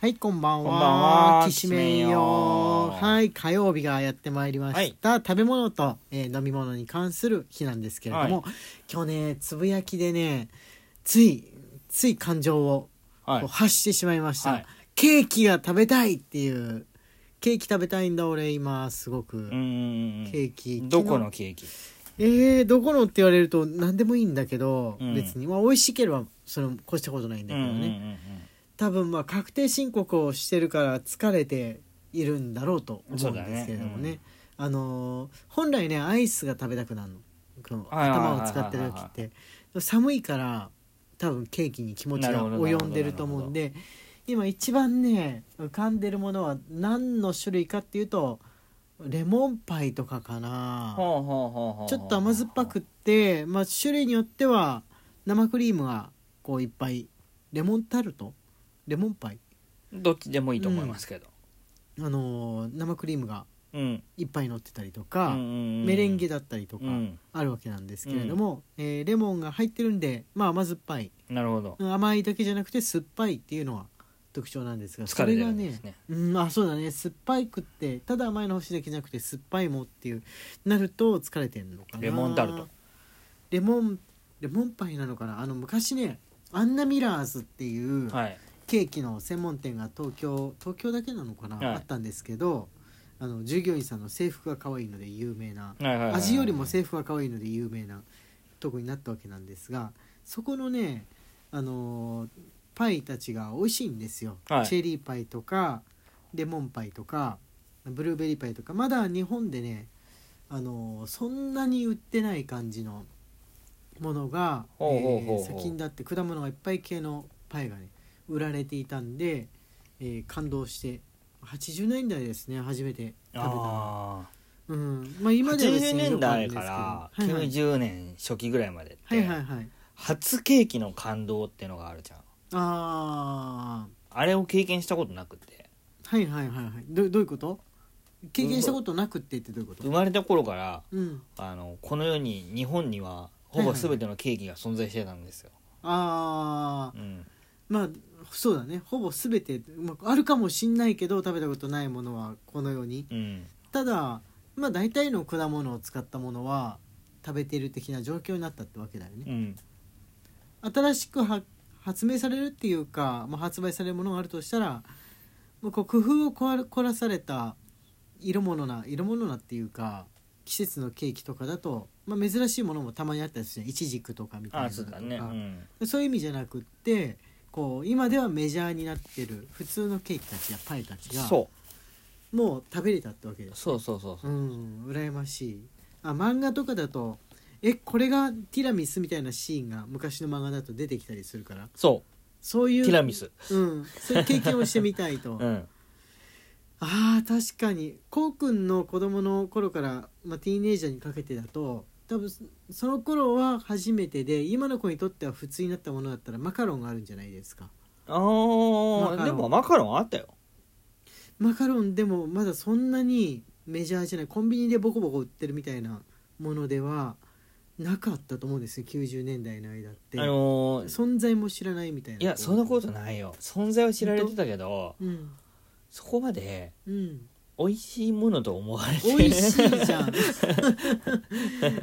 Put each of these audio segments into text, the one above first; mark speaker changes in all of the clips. Speaker 1: はい、こんばんは。
Speaker 2: こんばんは
Speaker 1: きしめん
Speaker 2: きしめん
Speaker 1: よ
Speaker 2: よ。
Speaker 1: はい、火曜日がやってまいりました。食べ物と、えー飲み物に関する日なんですけれども、今日ね、つぶやきでね、つい、つい感情を
Speaker 2: は
Speaker 1: こう発してしまいました、
Speaker 2: はい
Speaker 1: ケーキが食べたいっていう、ケーキ食べたいんだ俺今、すごく。
Speaker 2: うんうんうん
Speaker 1: ケーキ
Speaker 2: どこの
Speaker 1: 昨日
Speaker 2: ケーキ
Speaker 1: えー、どこのって言われると何でもいいんだけど、
Speaker 2: うん
Speaker 1: 別にまあ美味しければそれも越したことないんだ
Speaker 2: う
Speaker 1: け
Speaker 2: んう
Speaker 1: ど
Speaker 2: ん
Speaker 1: ね、
Speaker 2: うん
Speaker 1: 多分まあ確定申告をしてるから疲れているんだろうと思
Speaker 2: そううんだね
Speaker 1: ですけれどもね
Speaker 2: うん
Speaker 1: あのー本来ねアイスが食べたくなるのこの
Speaker 2: はいはいはいはい
Speaker 1: 頭を使ってる時って寒いから多分ケーキに気持ち
Speaker 2: なる
Speaker 1: が
Speaker 2: ほどなるほど
Speaker 1: 及んでると思うんで今一番ね浮かんでるものは何の種類かっていうとレモンパイとかかな。
Speaker 2: ほうほうほうほう
Speaker 1: ちょっと甘酸っぱくって、まあ、種類によっては生クリームがこういっぱいレモンタルトレモンパイ、
Speaker 2: どっちでもいいと思いますけど
Speaker 1: あのー生クリームが
Speaker 2: うん
Speaker 1: いっぱい乗ってたりとか、メ
Speaker 2: メ
Speaker 1: レンゲだったりとか
Speaker 2: うん
Speaker 1: あるわけなんですけれども、えーレモンが入ってるんで、まあ、甘酸っぱい
Speaker 2: なるほど
Speaker 1: うん甘いだけじゃなくて酸っぱいっていうのが特徴なんですが
Speaker 2: 疲
Speaker 1: そ
Speaker 2: れ
Speaker 1: れ
Speaker 2: て
Speaker 1: が
Speaker 2: るんで
Speaker 1: ね
Speaker 2: すね
Speaker 1: うん、あそうだね酸っぱいくってただ甘いの欲しいだけじゃなくて酸っぱいもっていうなると疲れてんのかな
Speaker 2: レモンタルト
Speaker 1: レモンレモンパイなのかなあの昔ねアンナミラーズっていう
Speaker 2: はい
Speaker 1: ケーキの専門店が東京東京だけなのかな、
Speaker 2: はい
Speaker 1: あったんですけどあの従業員さんの制服が可愛いので有名な
Speaker 2: はいはいはいはい
Speaker 1: 味よりも制服が可愛いので有名なとこになったわけなんですがそこのねあのーパイたちが美味しいんですよ、
Speaker 2: はい
Speaker 1: チェリーパイとかレモンパイとかブルーベリーパイとかまだ日本でねあのーそんなに売ってない感じのものがえ
Speaker 2: ほうほうほうほう
Speaker 1: ー先にだって果物がいっぱい系のパイがね売られていたんで、えー感動して80年代ですね初めて食べたの
Speaker 2: あ
Speaker 1: うんまあ、
Speaker 2: ー
Speaker 1: 今では別
Speaker 2: 80年
Speaker 1: によくあ
Speaker 2: 代
Speaker 1: るんですけど
Speaker 2: から
Speaker 1: はいはい
Speaker 2: 90年初期ぐらいまでっ
Speaker 1: はい
Speaker 2: て
Speaker 1: はいはい
Speaker 2: 初ケーキの感動っていうのがあるじゃん
Speaker 1: あ
Speaker 2: あれを経験したことなくて
Speaker 1: ーはいはいはいはいどどういうこと経験したことなくって言ってどういうこと
Speaker 2: 生まれた頃から
Speaker 1: うん
Speaker 2: あのこの世に日本にはほぼ全てのケーキが存在してたんですよ、
Speaker 1: ああ
Speaker 2: うん
Speaker 1: まあそうだねほぼ全て、まあ、あるかもしんないけど食べたことないものはこのように
Speaker 2: うん
Speaker 1: ただまあ大体の果物を使ったものは食べてる的な状況になったってわけだよね
Speaker 2: うん
Speaker 1: 新しくは発明されるっていうか、まあ、発売されるものがあるとしたらもうこう工夫を凝ら凝らされた色物な色物なっていうか季節のケーキとかだと、まあ、珍しいものもたまにあったりするじゃんいちじくとかみたい
Speaker 2: ああ
Speaker 1: なのと
Speaker 2: そう
Speaker 1: か
Speaker 2: だね、うん、
Speaker 1: そういう意味じゃなくってこう今ではメジャーになってる普通のケーキたちやパイたちが
Speaker 2: そ
Speaker 1: もう食べれたってわけで
Speaker 2: う
Speaker 1: す
Speaker 2: そうそうそうそううん
Speaker 1: 羨ましいあ漫画とかだとえこれがティラミスみたいなシーンが昔の漫画だと出てきたりするから
Speaker 2: そ
Speaker 1: そういうう
Speaker 2: ティラミス
Speaker 1: うんそういう経験をしてみたいと、
Speaker 2: うん
Speaker 1: あー確かにこうくんの子供の頃から、まあ、ティーネイジャーにかけてだと多分そその頃は初めてで今の子にとっては普通になったものだったらマカロンがあるんじゃないですか
Speaker 2: あ
Speaker 1: マカロン
Speaker 2: ーでもマカロンあったよ
Speaker 1: マカロンでもまだそんなにメジャーじゃないコンビニでボコボコ売ってるみたいなものではなかったと思うんですよ90年代の間って、
Speaker 2: あのー
Speaker 1: 存在も知らないみたいない
Speaker 2: やそんなことないよ存在は知られてたけど
Speaker 1: うん
Speaker 2: そこまで
Speaker 1: うん
Speaker 2: 美味しいものと思われて
Speaker 1: 美味しいじゃん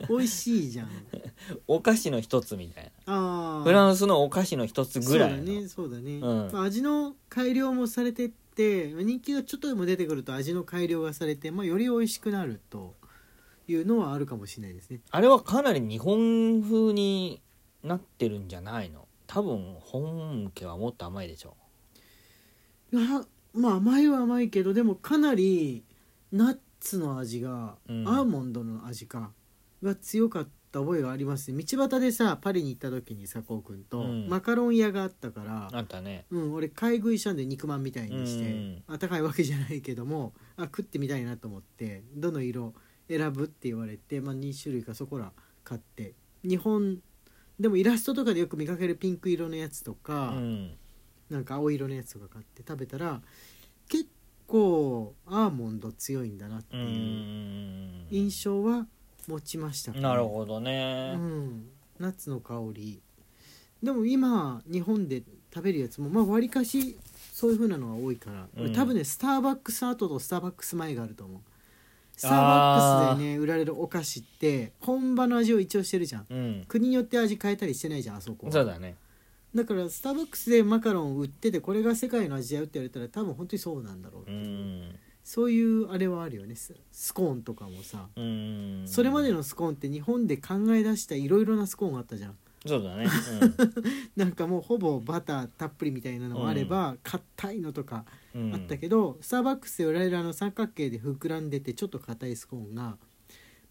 Speaker 1: 美味しいじゃん
Speaker 2: お菓子の一つみたい
Speaker 1: ああ
Speaker 2: なフランスのお菓子の一つぐらい
Speaker 1: そう
Speaker 2: の
Speaker 1: だねそうだ
Speaker 2: う
Speaker 1: ね、
Speaker 2: ん
Speaker 1: まあ、味の改良もされてって人気がちょっとでも出てくると味の改良がされて、まあ、より美味しくなるというのはあるかもしれないですね
Speaker 2: あれはかなり日本風になってるんじゃないの多分本家はもっと甘いでしょ
Speaker 1: あまあ甘いは甘いけどでもかなりナッツの味が、
Speaker 2: うん
Speaker 1: アーモンドの味かが強かった覚えがありますね道端でさパリに行った時に佐藤君と、
Speaker 2: うん
Speaker 1: マカロン屋があったから
Speaker 2: あんたね
Speaker 1: うん、俺買い食いしたんで肉まんみたいにして、
Speaker 2: うん
Speaker 1: あったかいわけじゃないけどもあ食ってみたいなと思ってどの色選ぶって言われて、まあ、2種類かそこら買って日本でもイラストとかでよく見かけるピンク色のやつと
Speaker 2: う
Speaker 1: か、
Speaker 2: ん
Speaker 1: なんか青色のやつとか買って食べたら結構アーモンド強いんだなって
Speaker 2: う
Speaker 1: いうん印象は持ちましたかね
Speaker 2: なるほどね
Speaker 1: う、ん、ナッツの香りでも今日本で食べるやつもまあわりかしそういう風なのが多いから、
Speaker 2: うん
Speaker 1: 俺多分ねスターバックス後とスターバックス前があると思うスターバッ
Speaker 2: あー
Speaker 1: クスでね売られるお菓子って本場の味を一応してるじゃん
Speaker 2: うん
Speaker 1: 国によって味変えたりしてないじゃんあそこは
Speaker 2: そうだね
Speaker 1: だからスターバックスでマカロン売っててこれが世界の味だよって言われたら多分本当にそうなんだろう、
Speaker 2: うん
Speaker 1: そういうあれはあるよねススコーンとかもさ
Speaker 2: うん
Speaker 1: それまでのスコーンって日本で考え出したいろいろなスコーンがあったじゃん
Speaker 2: そうだね
Speaker 1: なんかもうほぼバターたっぷりみたいなのもあれば硬いのとか
Speaker 2: うん、うん
Speaker 1: あったけど、スターバックスで売られるあの三角形で膨らんでてちょっと硬いスコーンが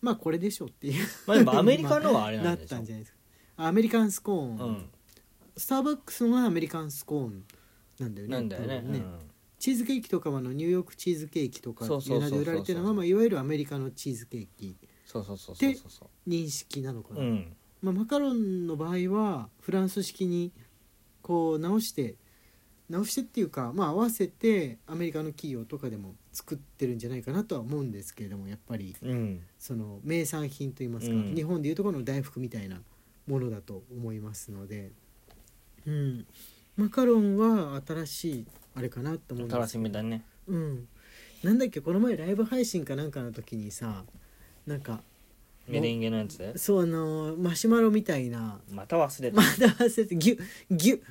Speaker 1: まあこれでしょっていう
Speaker 2: まあでもアメリカのはあれな
Speaker 1: なんっ
Speaker 2: でしょ
Speaker 1: たんじゃないですかあアメリカンスコーン、
Speaker 2: う
Speaker 1: スターバックスのがアメリカンスコーンなんだよ
Speaker 2: ん
Speaker 1: ね
Speaker 2: なんだよね
Speaker 1: 多分チーズケーキとかもあのニューヨークチーズケーキとか
Speaker 2: そうそうそうそう
Speaker 1: で売られてるのが、まあ、いわゆるアメリカのチーズケーキ
Speaker 2: そうそうそうそうそうそ
Speaker 1: 認識なのか
Speaker 2: う
Speaker 1: な、
Speaker 2: うん
Speaker 1: まあ、マカロンの場合はフランス式にこう直して直してっていうか、まあ、合わせてアメリカの企業とかでも作ってるんじゃないかなとは思うんですけれどもやっぱり
Speaker 2: うん
Speaker 1: その名産品といいますか、
Speaker 2: うん
Speaker 1: 日本でいうところの大福みたいなものだと思いますので、うん、マカロンは新しいあれかなと思うんです
Speaker 2: 楽しみだね
Speaker 1: うん、なんだっけこの前ライブ配信かなんかの時にさなんか
Speaker 2: メレンゲのやつで
Speaker 1: そうあのマシュマロみたいな
Speaker 2: また忘れ
Speaker 1: ま
Speaker 2: た
Speaker 1: だ忘れてぎゅぎゅ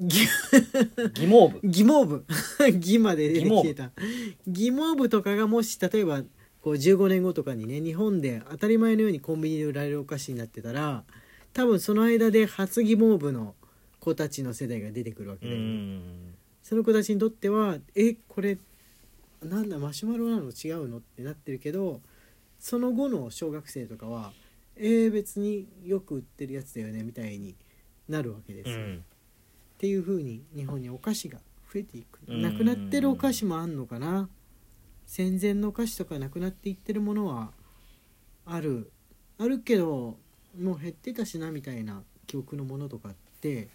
Speaker 1: ぎゅ
Speaker 2: 疑問部
Speaker 1: 疑毛部 疑まで出てきてた疑毛部とかがもし例えばこう15年後とかにね日本で当たり前のようにコンビニで売られるお菓子になってたら多分その間で初疑毛部の子たちの世代が出てくるわ
Speaker 2: う
Speaker 1: けで、
Speaker 2: ん
Speaker 1: その子たちにとってはえこれなんだマシュマロなの違うのってなってるけどその後の小学生とかはえー、別によく売ってるやつだよねみたいになるわけです
Speaker 2: う
Speaker 1: よ、っ
Speaker 2: ん
Speaker 1: ていう風に日本にお菓子が増えていく
Speaker 2: うん
Speaker 1: なくなってるお菓子もあんのかな戦前のお菓子とかなくなっていってるものはあるあるけどもう減ってたしなみたいな記憶のものとかって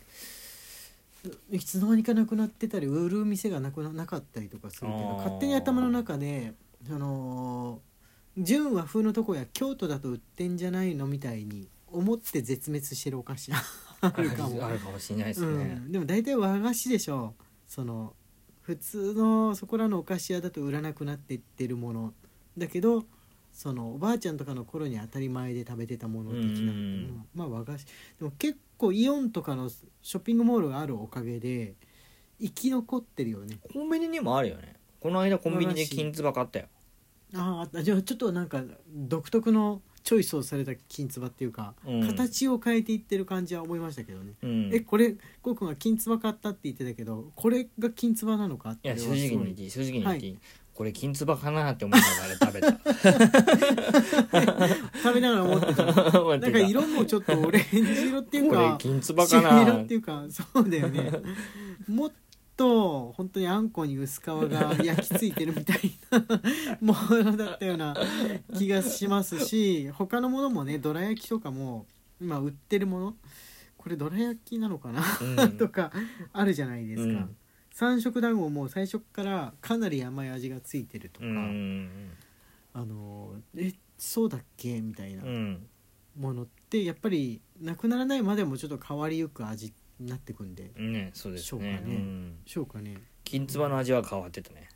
Speaker 1: ういつの間にかなくなってたり売る店がなくななかったりとかするけ
Speaker 2: あ
Speaker 1: ど
Speaker 2: ー
Speaker 1: 勝手に頭の中であのー純和風のとこや京都だと売ってんじゃないのみたいに思って絶滅してるお菓子あ
Speaker 2: あ
Speaker 1: るかも。
Speaker 2: るかもしれないです
Speaker 1: う
Speaker 2: ね
Speaker 1: ん、でも大体和菓子でしょその普通のそこらのお菓子屋だと売らなくなっていってるものだけどそのおばあちゃんとかの頃に当たり前で食べてたもの的な、
Speaker 2: うん
Speaker 1: うんまあ和菓子でも結構イオンとかのショッピングモールがあるおかげで生き残ってるよね
Speaker 2: コンビニにもあるよねこの間コンビニで金つば買ったよ
Speaker 1: あーあじゃあちょっとなんか独特のチョイスをされた金つばっていうか、
Speaker 2: うん
Speaker 1: 形を変えていってる感じは思いましたけどね
Speaker 2: うん
Speaker 1: えこれこうくんが金つば買ったって言ってたけどこれが金つばなのかって
Speaker 2: いや
Speaker 1: 俺
Speaker 2: 正
Speaker 1: は
Speaker 2: 直
Speaker 1: すご
Speaker 2: に言っ
Speaker 1: い
Speaker 2: ていい正直に言っていいこれ金つばかなって思いながら食べ た
Speaker 1: 食べながら思って たな
Speaker 2: 思って
Speaker 1: ん
Speaker 2: た
Speaker 1: か色もちょっとオレンジ色っていう
Speaker 2: これ
Speaker 1: か
Speaker 2: 金つばか
Speaker 1: 朱
Speaker 2: な
Speaker 1: 色っていうかそうだよねもっと本当にあんこに薄皮が焼き付いてるみたいなものだったような気がしますし他のものもねどら焼きとかも今売ってるものこれどら焼きなのかな
Speaker 2: うん
Speaker 1: とかあるじゃないですか、
Speaker 2: うん
Speaker 1: 三色団子も最初からかなり甘い味がついてると
Speaker 2: う
Speaker 1: か、
Speaker 2: ん
Speaker 1: あのえそうだっけみたいな
Speaker 2: うん
Speaker 1: ものってやっぱりなくならないまでもちょっと変わりゆく味になってくんで
Speaker 2: ねそうです
Speaker 1: そう
Speaker 2: ね
Speaker 1: かね
Speaker 2: うん
Speaker 1: しょうかね
Speaker 2: 金つばの味は変わってたね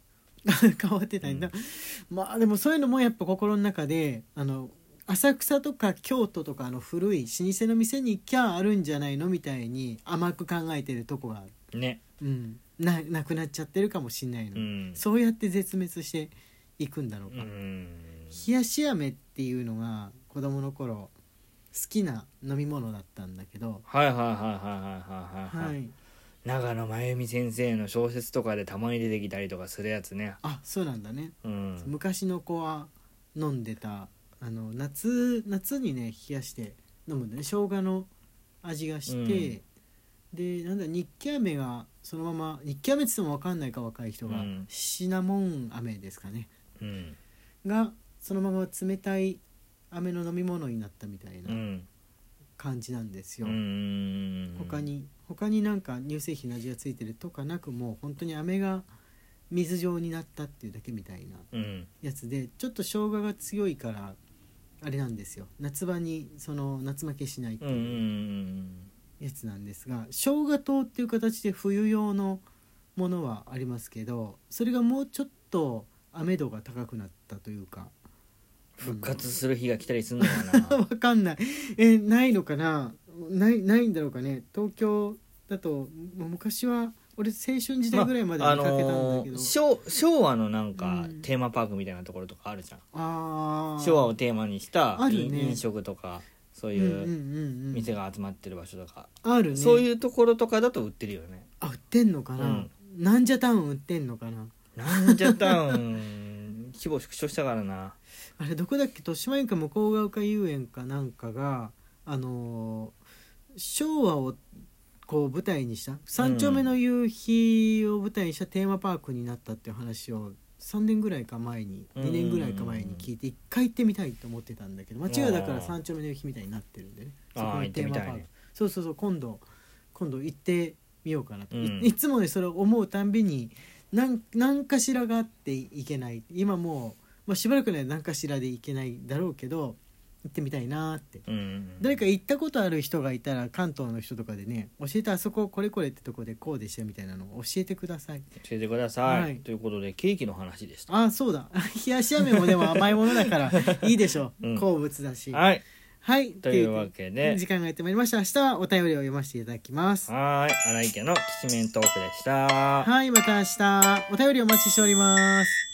Speaker 1: 変わってないんだ、
Speaker 2: うん
Speaker 1: まあでもそういうのもやっぱ心の中であの浅草とか京都とかあの古い老舗の店に行きゃあるんじゃないのみたいに甘く考えてるとこがある、
Speaker 2: ね
Speaker 1: うん、ななくなっちゃってるかもしんないの、
Speaker 2: うん
Speaker 1: そうやって絶滅していくんだろう
Speaker 2: う
Speaker 1: か、
Speaker 2: ん
Speaker 1: 冷やし飴っていうのが子供の頃好きな飲み物だったんだけど、
Speaker 2: はいはいはいはいはいはい
Speaker 1: は
Speaker 2: はい
Speaker 1: い、
Speaker 2: 長野真由美先生の小説とかでたまに出てきたりとかするやつね
Speaker 1: あそうなんだね、
Speaker 2: うん
Speaker 1: 昔の子は飲んでたあの夏夏にね冷やして飲むんだね生姜の味がして、でなんだ日記飴がそのまま日記飴って言っても分かんないか若い人が、
Speaker 2: うん
Speaker 1: シナモン飴ですかね
Speaker 2: うん
Speaker 1: がそのまま冷たい飴の飲み物になったみたいな
Speaker 2: うん
Speaker 1: 感じなんですよ、
Speaker 2: うん
Speaker 1: 他に他になんか乳製品の味がついてるとかなくもう本当に飴が水状になったっていうだけみたいな
Speaker 2: うん
Speaker 1: やつでちょっと生姜が強いからあれなんですよ夏場にその夏負けしないって
Speaker 2: うん
Speaker 1: いう
Speaker 2: うん
Speaker 1: やつなんですが生姜糖っていう形で冬用のものはありますけどそれがもうちょっと雨度が高くなったというか
Speaker 2: 復活する日が来たりするのかな
Speaker 1: わかんないえないのかなないないんだろうかね東京だともう昔は俺青春時代ぐらいまで
Speaker 2: あ
Speaker 1: 見かけたんだけど、
Speaker 2: のー昭昭和のなんか
Speaker 1: うん
Speaker 2: テーマパークみたいなところとかあるじゃん、
Speaker 1: あー
Speaker 2: 昭和をテーマにした
Speaker 1: ある
Speaker 2: 飲,、
Speaker 1: ね
Speaker 2: 食とかそう
Speaker 1: うん
Speaker 2: い
Speaker 1: うんうん
Speaker 2: う
Speaker 1: うん
Speaker 2: 店が集まってる場所とか、
Speaker 1: あるね
Speaker 2: そういうところとかだと売ってるよね
Speaker 1: あ売ってんのかな、
Speaker 2: うん
Speaker 1: なんじゃタウン売ってんのかな
Speaker 2: なんじゃタウン 規模縮小したからな
Speaker 1: あれどこだっけ豊島園か向こう側か遊園かなんかがあのー昭和をこう舞台にした三丁目の夕日を舞台にしたテーマパークになったっていう話を3年ぐらいか前に
Speaker 2: うん
Speaker 1: 2年ぐらいか前に聞いて1回行ってみたいと思ってたんだけど街がだから
Speaker 2: あー
Speaker 1: 三丁目の夕日みたいになってるんでね
Speaker 2: あ
Speaker 1: そこ
Speaker 2: ー
Speaker 1: のテーマパ
Speaker 2: 行ってみたい
Speaker 1: ーク
Speaker 2: ね
Speaker 1: そうそうそう今度今度行ってみようかなと、い
Speaker 2: うん
Speaker 1: いつもねそれを思うたんびになん何かしらがあっていけない今もう、まあ、しばらくの間何かしらでいけないだろうけど行ってみたいなーって
Speaker 2: うん
Speaker 1: 誰か行ったことある人がいたら関東の人とかでね教えてあそここれこれってとこでこうでしたみたいなのを教えてください
Speaker 2: 教えてください、
Speaker 1: はい
Speaker 2: ということでケーキの話でした
Speaker 1: ああそうだ 冷やし飴もでも甘いものだから いいでしょう、
Speaker 2: うん
Speaker 1: 好物だし
Speaker 2: はい
Speaker 1: はい
Speaker 2: というわけで
Speaker 1: 時間がやってまいりました明日はお便りを読ませていただきます
Speaker 2: はーい荒井家のきしめんトークでした
Speaker 1: はい、また明日、お便りお待ちしております。